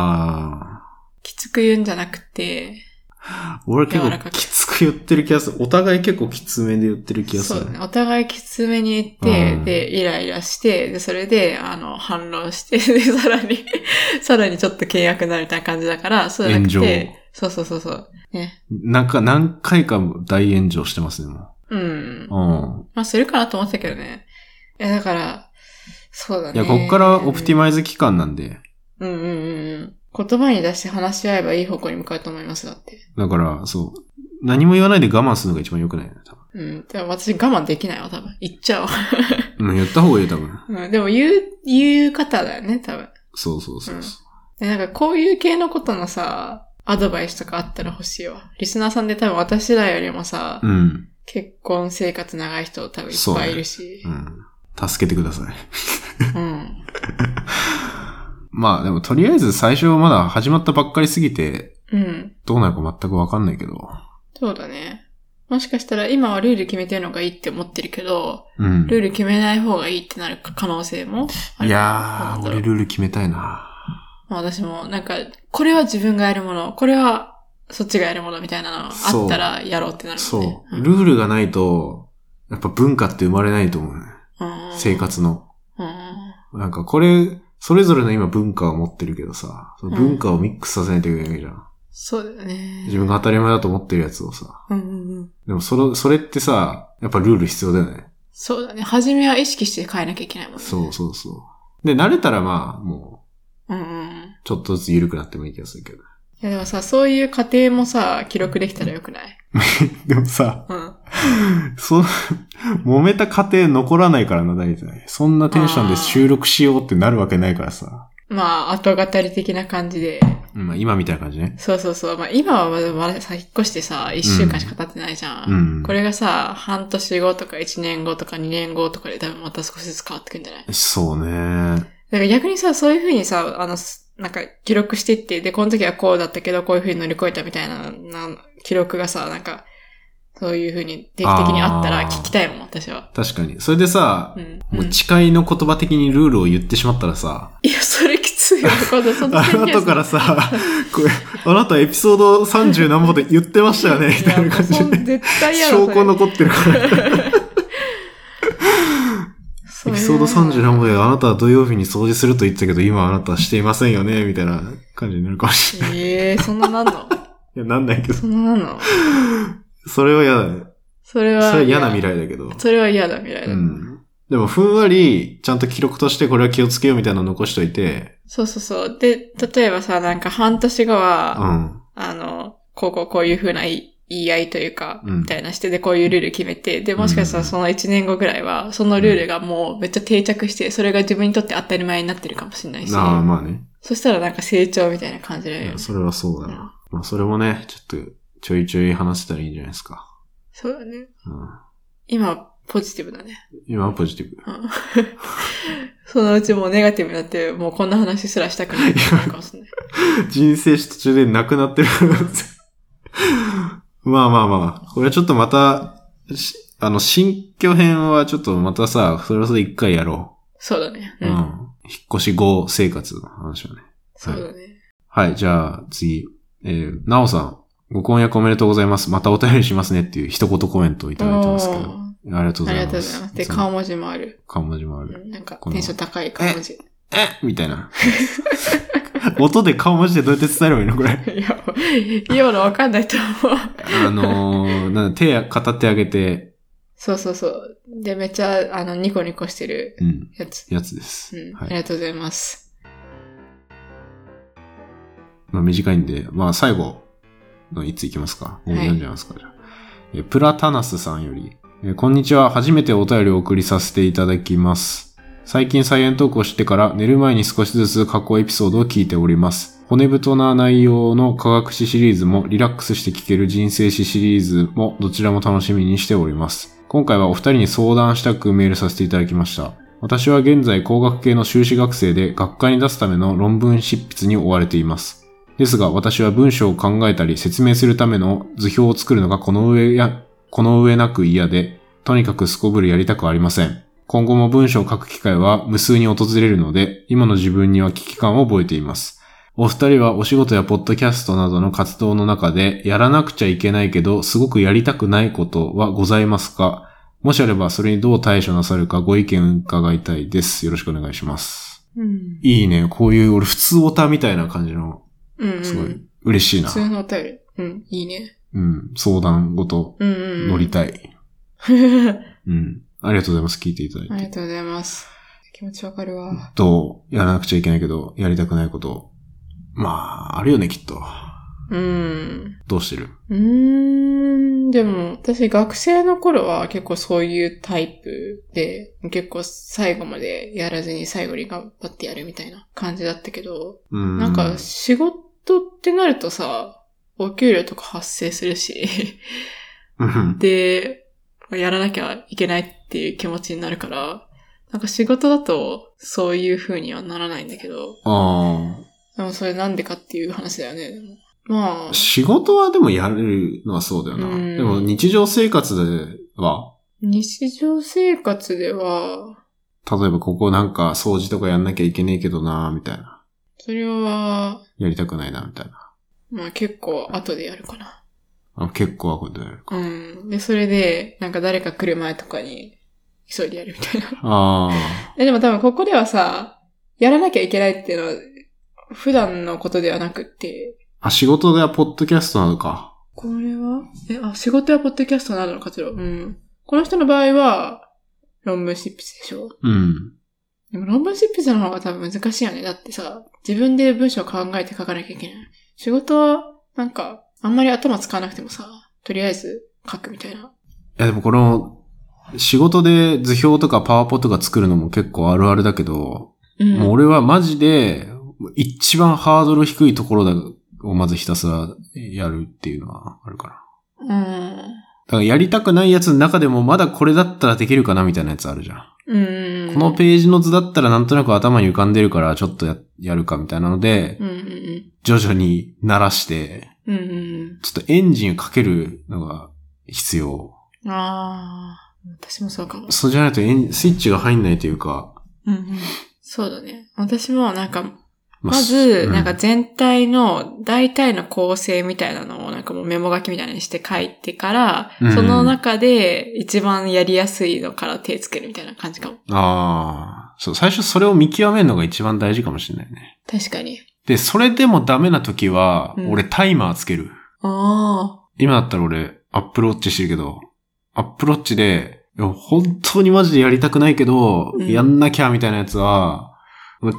[SPEAKER 3] あ
[SPEAKER 2] きつく言うんじゃなくて、
[SPEAKER 3] あ。俺結
[SPEAKER 2] 柔ら
[SPEAKER 3] 構
[SPEAKER 2] かく
[SPEAKER 3] きつく言ってる気がする。お互い結構きつめで言ってる気がす
[SPEAKER 2] そう
[SPEAKER 3] る
[SPEAKER 2] だ。ね。お互いきつめに言って、
[SPEAKER 3] うん
[SPEAKER 2] で、イライラして、で、それで、あの、反論して、 <laughs> で、さらに、さらにちょっと契約になるみたいな感じだから、そうじゃなく
[SPEAKER 3] 炎上
[SPEAKER 2] て、そうそうそうそう。ね。
[SPEAKER 3] なんか、何回か大炎上してますね、も
[SPEAKER 2] うん。
[SPEAKER 3] う。うん。
[SPEAKER 2] まあ、するかなと思ってたけどね。いや、だから、そうだ
[SPEAKER 3] い
[SPEAKER 2] ね。
[SPEAKER 3] や、こっからオプティマイズ期間なんで、
[SPEAKER 2] うんうんうんうん。言葉に出して話し合えばいい方向に向かうと思います、だって。
[SPEAKER 3] だから、そう。何も言わないで我慢するのが一番良くないね、多
[SPEAKER 2] うん。でも私我慢できないわ、多分。言っちゃうわ。 <laughs>
[SPEAKER 3] 分。うん、言った方がいいよ、多分。
[SPEAKER 2] うん。でも言う、言う方だよね、多分。
[SPEAKER 3] そうそうそうそ
[SPEAKER 2] で、なんかこういう系のことのさ、アドバイスとかあったら欲しいわ。リスナーさんで多分私らよりもさ、
[SPEAKER 3] う。うん。
[SPEAKER 2] 結婚生活長い人多分いっ
[SPEAKER 3] そう
[SPEAKER 2] ぱ
[SPEAKER 3] ね
[SPEAKER 2] いいるし。
[SPEAKER 3] うん。助けてください。 <laughs>
[SPEAKER 2] うん。
[SPEAKER 3] まあ、でも、とりあえず最初はまだ始まったばっかりすぎて、
[SPEAKER 2] うん。
[SPEAKER 3] どうなるか全くわかんないけど。
[SPEAKER 2] そうだね。もしかしたら今はルール決めてるのがいいって思ってるけど、
[SPEAKER 3] うん。
[SPEAKER 2] ルール決めない方がいいってなる可能性もある。
[SPEAKER 3] いやー、
[SPEAKER 2] どうだろう
[SPEAKER 3] 俺ルール決めたいな。
[SPEAKER 2] まあ私も、なんか、これは自分がやるもの、これはそっちがやるものみたいなのあったらやろうってなるもんね
[SPEAKER 3] そ。う。ルールがないと、やっぱ文化って生まれないと思うね。
[SPEAKER 2] うん
[SPEAKER 3] 生。活の。
[SPEAKER 2] うん。
[SPEAKER 3] なんかこれ、それぞれの今文化を持ってるけどさ、その文化をミックスさせないといけないじゃん。
[SPEAKER 2] そうだよね。
[SPEAKER 3] 自分が当たり前だと思ってるやつをさ。
[SPEAKER 2] うんうんうん。
[SPEAKER 3] でもそれ、それってさ、やっぱルール必要だよね。
[SPEAKER 2] そうだね。初めは意識して変えなきゃいけないもんね。
[SPEAKER 3] そうそうそう。で、慣れたらまあ、も
[SPEAKER 2] うんうん
[SPEAKER 3] う。、ちょっとずつ緩くなってもいい気がするけど。
[SPEAKER 2] いやでもさ、そういう過程もさ、記録できたらよくない
[SPEAKER 3] でもさ、
[SPEAKER 2] うん。
[SPEAKER 3] そ、揉めた過程残らないからな、大体。そんなテンションで収録しようってなるわけないからさ。
[SPEAKER 2] まあ、後語り的な感じで。
[SPEAKER 3] うんまあ、今みたいな感じね。
[SPEAKER 2] そうそうそう。まあ今はまだまださ、引っ越してさ、一週間しか経ってないじゃん。
[SPEAKER 3] うん
[SPEAKER 2] これがさ、半年後とか一年後とか二年後とかで多分また少しずつ変わってくんじゃないだ
[SPEAKER 3] そうね。
[SPEAKER 2] から逆にさ、そういう風にさ、あの、すなんか記録していって、で、この時はこうだったけど、こういう風に乗り越えたみたいな、な記録がさ、なんか、そういう風に定期的にあったら
[SPEAKER 3] あー
[SPEAKER 2] 聞きたいもん、私は。
[SPEAKER 3] 確かに。それでさ
[SPEAKER 2] う、ん。
[SPEAKER 3] も
[SPEAKER 2] う
[SPEAKER 3] うん誓いの言葉的にルールを言ってしまったらさ、
[SPEAKER 2] いや、それきついよ。今度そんな
[SPEAKER 3] あなたからさ、これ、あなたエピソード30何本で言ってましたよね、みたいな感
[SPEAKER 2] いや
[SPEAKER 3] じ
[SPEAKER 2] もうそん
[SPEAKER 3] で。
[SPEAKER 2] 絶対嫌だ。
[SPEAKER 3] 証
[SPEAKER 2] <laughs>
[SPEAKER 3] 拠残ってるから。
[SPEAKER 2] そ
[SPEAKER 3] エ
[SPEAKER 2] れ
[SPEAKER 3] ピソード30何本であなたは土曜日に掃除すると言ってたけど、今あなたはしていませんよね、みたいな感じになるかもしれ
[SPEAKER 2] <laughs>
[SPEAKER 3] ない。
[SPEAKER 2] ええそんななんの
[SPEAKER 3] いや、なんないけど。
[SPEAKER 2] そんななんの
[SPEAKER 3] それは嫌だね。
[SPEAKER 2] それは。
[SPEAKER 3] それは嫌な未来だけど。
[SPEAKER 2] それは嫌だ、未来だ。
[SPEAKER 3] うん。でも、ふんわり、ちゃんと記録としてこれは気をつけようみたいなの残しといて、
[SPEAKER 2] そうそうそう。で、例えばさ、なんか半年後は、
[SPEAKER 3] うん。
[SPEAKER 2] あの、こうこうこういう風な言い言い合いというか、
[SPEAKER 3] うん
[SPEAKER 2] みたいなして、で、こういうルール決めて、で、もしかしたらその1年後ぐらいは、そのルールがもうめっちゃ定着して、それが自分にとって当たり前になってるかもしれないし、
[SPEAKER 3] ああ、まあね。
[SPEAKER 2] そしたらなんか成長みたいな感じだ
[SPEAKER 3] い
[SPEAKER 2] よ
[SPEAKER 3] や
[SPEAKER 2] ね。
[SPEAKER 3] それはそうだ
[SPEAKER 2] うん
[SPEAKER 3] な。まあ、それもね、ちょっと、ちょいちょい話せたらいいんじゃないですか。
[SPEAKER 2] そうだね。
[SPEAKER 3] うん。
[SPEAKER 2] 今、ポジティブだね。
[SPEAKER 3] 今はポジティブ。
[SPEAKER 2] うん <laughs> そのうちもうネガティブになって、もうこんな話すらしたくないかもし
[SPEAKER 3] <laughs>
[SPEAKER 2] れない。
[SPEAKER 3] 人生史途中でなくなってる。 <laughs> まあまあまあ。これはちょっとまた、しあの、新居編はちょっとまたさ、それはそれ一回やろ
[SPEAKER 2] そうだね。
[SPEAKER 3] う。うん。引っ越し後生活の話をね。
[SPEAKER 2] そうだね。
[SPEAKER 3] はい、じゃあ次。えー、なおさん。ご婚約おめでとうございます。またお便りしますねっていう一言コメントをいただいてますけど。
[SPEAKER 2] おー
[SPEAKER 3] ありがとうご
[SPEAKER 2] あり
[SPEAKER 3] ざいま
[SPEAKER 2] が
[SPEAKER 3] す。
[SPEAKER 2] とうございます。で、
[SPEAKER 3] いつも
[SPEAKER 2] 顔文字もある。
[SPEAKER 3] 顔文字もあ
[SPEAKER 2] う
[SPEAKER 3] る。
[SPEAKER 2] んなんか、
[SPEAKER 3] この
[SPEAKER 2] テンション高い顔文字。い
[SPEAKER 3] えみたいな。 <laughs> 音で顔文字でどうやって伝えればいいのこれ。
[SPEAKER 2] や、今のわかん <laughs> ないと思う。
[SPEAKER 3] あのー、なんだ手や片手上げて、
[SPEAKER 2] そうそうそう。で、めっちゃ、あの、ニコニコしてる
[SPEAKER 3] うん、
[SPEAKER 2] やつ。
[SPEAKER 3] やつです。
[SPEAKER 2] うん、
[SPEAKER 3] は
[SPEAKER 2] あり
[SPEAKER 3] い。
[SPEAKER 2] がとうございます。
[SPEAKER 3] まあ短いんで、まあ最後のいついきますかもう
[SPEAKER 2] はい
[SPEAKER 3] 読んじゃいますか、じゃあえプラタナスさんより、えこんにちは。初めてお便りを送りさせていただきます。最近サイエントークを知ってから寝る前に少しずつ過去エピソードを聞いております。骨太な内容の科学史シリーズもリラックスして聞ける人生史シリーズもどちらも楽しみにしております。今回はお二人に相談したくメールさせていただきました。私は現在工学系の修士学生で学会に出すための論文執筆に追われています。ですが私は文章を考えたり説明するための図表を作るのがこの上や、この上なく嫌で、とにかくすこぶるやりたくありません。今後も文章を書く機会は無数に訪れるので、今の自分には危機感を覚えています。お二人はお仕事やポッドキャストなどの活動の中で、やらなくちゃいけないけど、すごくやりたくないことはございますかもしあれば、それにどう対処なさるかご意見伺いたいです。よろしくお願いします。
[SPEAKER 2] うん。
[SPEAKER 3] いいね。こういう、俺、普通オタみたいな感じの、
[SPEAKER 2] うん、うん。
[SPEAKER 3] すごい、嬉しい
[SPEAKER 2] 普
[SPEAKER 3] な。
[SPEAKER 2] 通のお便り。うん、いいね。
[SPEAKER 3] うん。相談ごと、
[SPEAKER 2] うん、うんうん。
[SPEAKER 3] 乗りたい。
[SPEAKER 2] <laughs> あ
[SPEAKER 3] うん。ありがとうございます。聞いていただいて。
[SPEAKER 2] りがとうございます。気持ちわかるわ。
[SPEAKER 3] と、やらなくちゃいけないけど、やりたくないこと。まあ、あるよね、きっと。
[SPEAKER 2] うん。
[SPEAKER 3] どうしてる
[SPEAKER 2] うーん、でも、私学生の頃は結構そういうタイプで、結構最後までやらずに最後に頑張ってやるみたいな感じだったけど、
[SPEAKER 3] うん。
[SPEAKER 2] なんか仕事ってなるとさ、お給料とか発生するし、 <laughs>
[SPEAKER 3] うん、
[SPEAKER 2] で、やらなきゃいけないっていう気持ちになるから、なんか仕事だとそういう風にはならないんだけど、
[SPEAKER 3] あ
[SPEAKER 2] でもそれなんでかっていう話だよね。でもまあ
[SPEAKER 3] あ。、仕事はでもやるのはそうだよな。
[SPEAKER 2] うん
[SPEAKER 3] でも、日常生活では、
[SPEAKER 2] 日常生活では、
[SPEAKER 3] 例えばここなんか掃除とかやんなきゃいけねえけどな、みたいな。
[SPEAKER 2] それは、
[SPEAKER 3] やりたくないな、みたいな。
[SPEAKER 2] まあ結構後でやるかな。
[SPEAKER 3] あ結構はこれでやる。
[SPEAKER 2] うん。で、それで、なんか誰か来る前とかに、急いでやるみたいな。 <laughs>
[SPEAKER 3] あ
[SPEAKER 2] え、でも多分ここではさ、やらなきゃいけないっていうのは、普段のことではなくって、
[SPEAKER 3] あ。あ、仕事ではポッドキャストなのか。
[SPEAKER 2] これはえ、あ、仕事やポッドキャストなどの活動。うん。この人の場合は、論文執筆でしょ
[SPEAKER 3] うん。
[SPEAKER 2] でも論文執筆の方が多分難しいよね。だってさ、自分で文章を考えて書かなきゃいけない。仕事は、なんか、あんまり頭使わなくてもさ、とりあえず書くみたいな。
[SPEAKER 3] いやでもこの、仕事で図表とかパワポとか作るのも結構あるあるだけど、
[SPEAKER 2] うん。
[SPEAKER 3] もう俺はマジで、一番ハードル低いところだをまずひたすらやるっていうのはあるかな。
[SPEAKER 2] うん。
[SPEAKER 3] だからやりたくないやつの中でもまだこれだったらできるかなみたいなやつあるじゃん。
[SPEAKER 2] うん。
[SPEAKER 3] このページの図だったらなんとなく頭に浮かんでるからちょっとややるかみたいなので、
[SPEAKER 2] うんうん
[SPEAKER 3] 徐々に慣らして、
[SPEAKER 2] うん。うん
[SPEAKER 3] ちょっとエンジンをかけるのが必要。
[SPEAKER 2] うん。ああ、私もそうかも。
[SPEAKER 3] そうじゃないとエンスイッチが入んないというか、
[SPEAKER 2] うんうん。そうだね。私もなんか、
[SPEAKER 3] あ
[SPEAKER 2] まず、
[SPEAKER 3] うん
[SPEAKER 2] なんか全体の大体の構成みたいなのをなんかもうメモ書きみたいにして書いてから、
[SPEAKER 3] うん
[SPEAKER 2] その中で一番やりやすいのから手つけるみたいな感じかも。
[SPEAKER 3] ああ、そう、最初それを見極めるのが一番大事かもしれないね。
[SPEAKER 2] 確かに。
[SPEAKER 3] で、それでもダメな時は、
[SPEAKER 2] うん
[SPEAKER 3] 俺タイマーつける。
[SPEAKER 2] あ
[SPEAKER 3] 今だったら俺、アップルウォッチしてるけど、アップルウォッチで、いや本当にマジでやりたくないけど、
[SPEAKER 2] うん
[SPEAKER 3] やんなきゃみたいなやつは、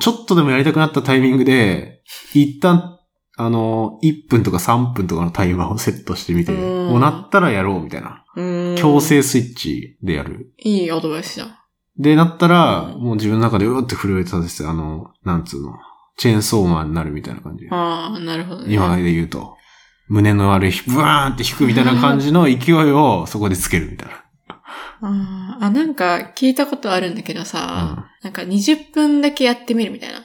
[SPEAKER 3] ちょっとでもやりたくなったタイミングで、一旦、あの、1分とか3分とかのタイマーをセットしてみて、
[SPEAKER 2] うん
[SPEAKER 3] もうなったらやろうみたいな。
[SPEAKER 2] あ、うん。
[SPEAKER 3] 強。制スイッチでやる。
[SPEAKER 2] いいアドバイスじゃん。
[SPEAKER 3] で、なったら、
[SPEAKER 2] うん
[SPEAKER 3] もう自分の中でうわって震えてたんですよ。あの、なんつうの。チェーンソーマンになるみたいな感じ。
[SPEAKER 2] ああ、なるほどね。
[SPEAKER 3] 今で言うと、胸のあるひ、ブワーンって引くみたいな感じの勢いをそこでつけるみたい
[SPEAKER 2] あーあ、なんか聞いたことあるんだけどさ、
[SPEAKER 3] な。
[SPEAKER 2] なんか20分だけやってみるみたいな。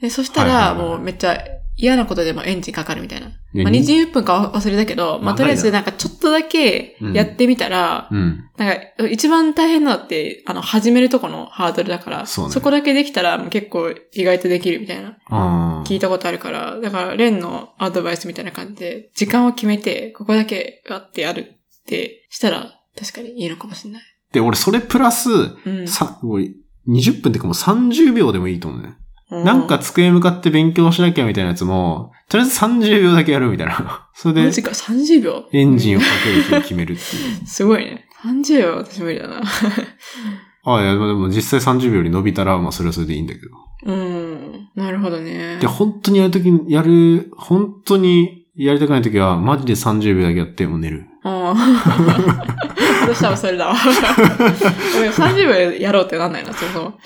[SPEAKER 2] でそした
[SPEAKER 3] はいは
[SPEAKER 2] ら、
[SPEAKER 3] いはい
[SPEAKER 2] もうめっちゃ嫌なことでもエンジンかかるみたいな。
[SPEAKER 3] うん。
[SPEAKER 2] まあ、
[SPEAKER 3] でに
[SPEAKER 2] 20分かは忘れたけど、ま
[SPEAKER 3] まあ
[SPEAKER 2] あ、とりあえずなんかちょっとだけやってみたら、
[SPEAKER 3] うん。
[SPEAKER 2] なんか一番大変なのって、あの、始めるとこのハードルだから、
[SPEAKER 3] そうね
[SPEAKER 2] こだけできたらもう結構意外とできるみたいな。
[SPEAKER 3] あ
[SPEAKER 2] 聞いたことあるから、だから、レンのアドバイスみたいな感じで、時間を決めて、ここだけやってやるってしたら、確かにいいのかもしれない。
[SPEAKER 3] で、俺それプラス、
[SPEAKER 2] うん。
[SPEAKER 3] さ、俺、20分ってかもう30秒でもいいと思うね。
[SPEAKER 2] う
[SPEAKER 3] なんか、机向かって勉強しなきゃみたいなやつも、とりあえず30秒だけやるみたいな。 <laughs> それ
[SPEAKER 2] マ
[SPEAKER 3] で、
[SPEAKER 2] ジか、30秒
[SPEAKER 3] エンジンを
[SPEAKER 2] を。
[SPEAKER 3] かける日を決めるっていう。
[SPEAKER 2] <laughs> すごいね。30秒は私無理だな。 <laughs>
[SPEAKER 3] ああ、いや、でも実際30秒より伸びたら、まあそれはそれでいいんだけど。
[SPEAKER 2] うん。なるほどね。
[SPEAKER 3] で、本当にやるときに、やる、本当にやりたくないときは、マジで30秒だけやって、もう寝る。
[SPEAKER 2] うん。 <laughs> どうしたらそれだわ。でも30秒やろうってなんないな、そもそも。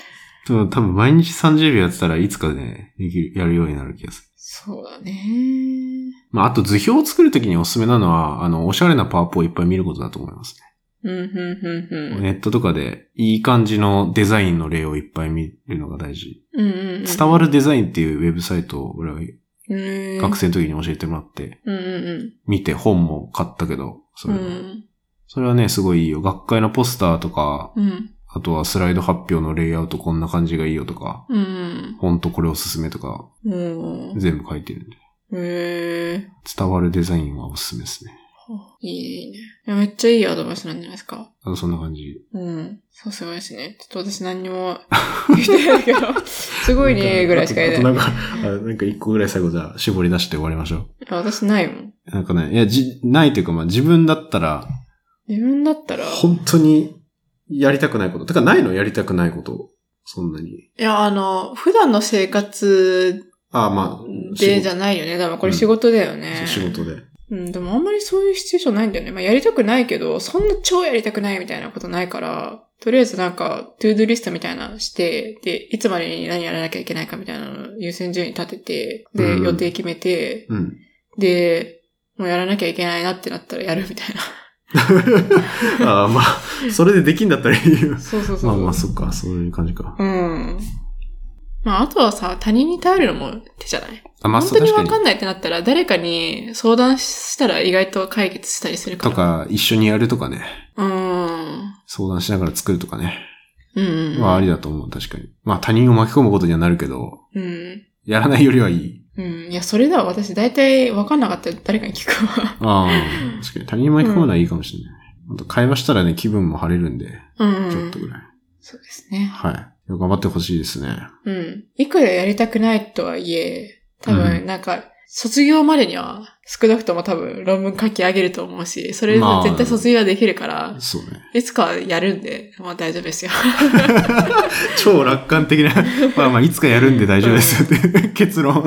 [SPEAKER 3] でも多分毎日30秒やってたらいつかね、できる、やるようになる気がする。
[SPEAKER 2] そうだね。
[SPEAKER 3] まあ、あと図表を作るときにおすすめなのは、あの、おしゃれなパワーポをいっぱい見ることだと思います
[SPEAKER 2] うん、うん、う
[SPEAKER 3] ね。
[SPEAKER 2] ん、
[SPEAKER 3] ネットとかで、いい感じのデザインの例をいっぱい見るのが大事。
[SPEAKER 2] うん。うん、うん。
[SPEAKER 3] 伝わるデザインっていうウェブサイトを、俺は
[SPEAKER 2] る
[SPEAKER 3] 学。生の時に教えてもらって、
[SPEAKER 2] うん、うん、
[SPEAKER 3] 見て本も買ったけど、
[SPEAKER 2] う
[SPEAKER 3] そ
[SPEAKER 2] ん。う
[SPEAKER 3] れは、
[SPEAKER 2] ん。
[SPEAKER 3] それはね、すごいいいよ。学会のポスターとか、
[SPEAKER 2] うん。
[SPEAKER 3] あとはスライド発表のレイアウトこんな感じがいいよとか、
[SPEAKER 2] うん。
[SPEAKER 3] ほんとこれおすすめとか、
[SPEAKER 2] うん。
[SPEAKER 3] 全部書いてるんで。
[SPEAKER 2] へえ。
[SPEAKER 3] 伝わるデザインはおすすめですね。
[SPEAKER 2] いいねいいね。いやめっちゃいいアドバイスなんじゃないですか。
[SPEAKER 3] あとそんな感じ。
[SPEAKER 2] うん。さすがですね。ちょっと私何にも言ってない
[SPEAKER 3] <laughs>
[SPEAKER 2] けど、すごいねぐらいしか言えない。い
[SPEAKER 3] んか、なんか一個ぐらい最後じゃあ絞り出して終わりましょ
[SPEAKER 2] や私ないもん。
[SPEAKER 3] う。なんかね、いや、じ、ないというかまあ自分だったら、
[SPEAKER 2] 自分だったら、い
[SPEAKER 3] 本当にやりたくないこと。だからないのやりたくないこと。そんなに。
[SPEAKER 2] や、あの、普段の生活
[SPEAKER 3] ああ、まあ、
[SPEAKER 2] でじ
[SPEAKER 3] ゃ
[SPEAKER 2] ゃないよね。多分これ仕事だよね。
[SPEAKER 3] 仕事で。
[SPEAKER 2] うん、でもあんまりそういうシチュエーションないんだよね。まあやりたくないけど、そんな超やりたくないみたいなことないから、とりあえずなんか、トゥードゥリストみたいなのして、で、いつまでに何やらなきゃいけないかみたいなのを優先順位立てて、で、
[SPEAKER 3] うん
[SPEAKER 2] 予定決めて、
[SPEAKER 3] うん。 <laughs>
[SPEAKER 2] で、もうやらなきゃいけないなってなったらやるみたいな。
[SPEAKER 3] ああ、まあ、それでできんだったらいいよ。
[SPEAKER 2] <laughs> そうそうそうそ
[SPEAKER 3] まあ
[SPEAKER 2] う。
[SPEAKER 3] まあ、そっか、そういう感じか。
[SPEAKER 2] うん。まああとはさ、他人に頼るのも手じゃない
[SPEAKER 3] あ、まあ、
[SPEAKER 2] 本当に
[SPEAKER 3] 確
[SPEAKER 2] わ
[SPEAKER 3] か
[SPEAKER 2] か
[SPEAKER 3] に。
[SPEAKER 2] んないってなったら、誰かに相談したら意外と解決したりするか
[SPEAKER 3] と
[SPEAKER 2] ら。。
[SPEAKER 3] か、一緒にやるとかね。
[SPEAKER 2] うん。
[SPEAKER 3] 相談しながら作るとかね。
[SPEAKER 2] うん、うん。
[SPEAKER 3] まあ、ありだと思う、確かに。まあ、他人を巻き込むことにはなるけど、
[SPEAKER 2] うん。
[SPEAKER 3] やらないよりはいい。
[SPEAKER 2] うん。いや、それだわ。私、大体分かんなかったら誰かに聞くわ。
[SPEAKER 3] あ
[SPEAKER 2] <laughs>
[SPEAKER 3] あ、確かに。他人を巻き込むのはいいかもしれない。あと、会話したらね、気分も晴れるんで、
[SPEAKER 2] うん。
[SPEAKER 3] ちょっとぐらい。
[SPEAKER 2] そうですね。
[SPEAKER 3] はい。頑張ってほしいですね。
[SPEAKER 2] うん。いくらやりたくないとはいえ、多
[SPEAKER 3] う
[SPEAKER 2] 分、なんか、卒業までには、少なくとも多分、論文書き上げると思うし、それで
[SPEAKER 3] まあ
[SPEAKER 2] 絶対卒業はできるから、
[SPEAKER 3] そうね。
[SPEAKER 2] いつかはやるんで、まあ大丈夫ですよ。
[SPEAKER 3] 超楽観 <laughs> 的な、まあまあ、いつかやるんで大丈夫ですよって <laughs> 結論。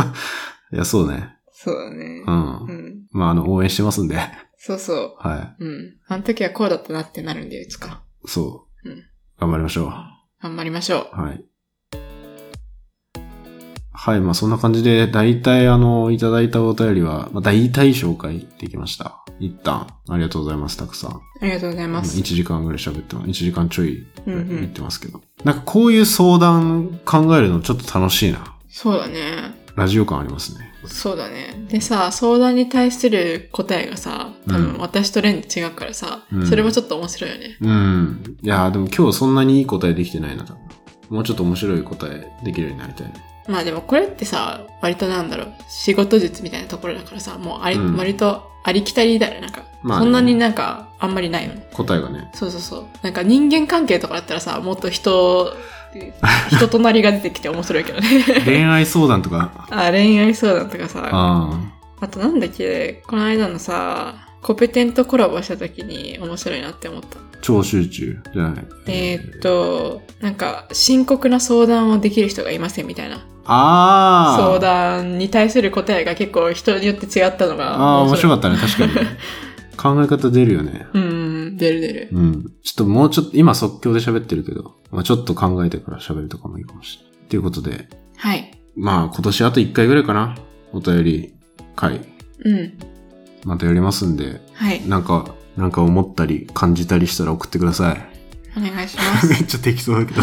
[SPEAKER 3] いや、そうね。
[SPEAKER 2] そうだね
[SPEAKER 3] う。ん
[SPEAKER 2] う。ん。
[SPEAKER 3] まあ、あの、応援してますんで。
[SPEAKER 2] そうそ
[SPEAKER 3] は
[SPEAKER 2] う。うん。あの時はこうだったなってなるんで、いつか。
[SPEAKER 3] い。そう
[SPEAKER 2] うん。
[SPEAKER 3] 頑張りましょう。
[SPEAKER 2] 頑張りましょう。
[SPEAKER 3] はい。はい、まあそんな感じで、大体あの、いただいたお便りは、まあ大体紹介できました。一旦、ありがとうございます、たくさん。
[SPEAKER 2] ありがとうございます。
[SPEAKER 3] 1時間ぐらい喋ってます。1時間ちょいぐらい
[SPEAKER 2] うんうん
[SPEAKER 3] 言ってますけど。なんかこういう相談考えるのちょっと楽しいな。
[SPEAKER 2] そうだね。
[SPEAKER 3] ラジオ感ありますね。
[SPEAKER 2] そうだね。でさ、相談に対する答えがさ、多
[SPEAKER 3] うん
[SPEAKER 2] 分私とレンで違うからさ、
[SPEAKER 3] うん
[SPEAKER 2] それもちょっと面白いよね。
[SPEAKER 3] うん。いやーでも今日そんなにいい答えできてないな。もうちょっと面白い答えできるようになりたいね。
[SPEAKER 2] まあでもこれってさ、割となんだろう、仕事術みたいなところだからさ、もうあり、
[SPEAKER 3] うん
[SPEAKER 2] 割とありきたりだよね。なんか、
[SPEAKER 3] まあね
[SPEAKER 2] そんなになんかあんまりないよね。
[SPEAKER 3] 答えがね。
[SPEAKER 2] そうそうそう。なんか人間関係とかだったらさ、もっと人、人となりが出てきて面白いけどね。 <laughs>
[SPEAKER 3] 恋愛相談とか。
[SPEAKER 2] あ、恋愛相談とかさ、あ
[SPEAKER 3] あ
[SPEAKER 2] となんだっけ、この間のさ、コペテンとコラボした時に面白いなって思った。
[SPEAKER 3] あ。超集中じゃない。
[SPEAKER 2] えーっと、なんか、深刻な相談をできる人がいませんみたいな。
[SPEAKER 3] ああ。
[SPEAKER 2] 相談に対する答えが結構人によって違ったのが。
[SPEAKER 3] ああ、面白
[SPEAKER 2] か
[SPEAKER 3] かったね、確かに。考え方出るよね。
[SPEAKER 2] った。うん、出る出る。
[SPEAKER 3] うん。ちょっともうちょっと、今即興で喋ってるけど、まあ、ちょっと考えてから喋るとかもいいかもしれない。ということで、
[SPEAKER 2] はい。
[SPEAKER 3] まあ今年あと1回ぐらいかな。お便り会、
[SPEAKER 2] うん。
[SPEAKER 3] またやりますんで、
[SPEAKER 2] はい。
[SPEAKER 3] なんか、なんか思ったり感じたりしたら送ってください。 <laughs>
[SPEAKER 2] お願いします。
[SPEAKER 3] めっちゃ適当だけど。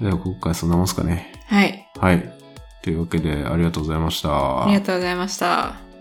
[SPEAKER 3] では今回そんなもんすかね。
[SPEAKER 2] はい。
[SPEAKER 3] はい。というわけで、ありがとうございました。
[SPEAKER 2] ありがとうございました。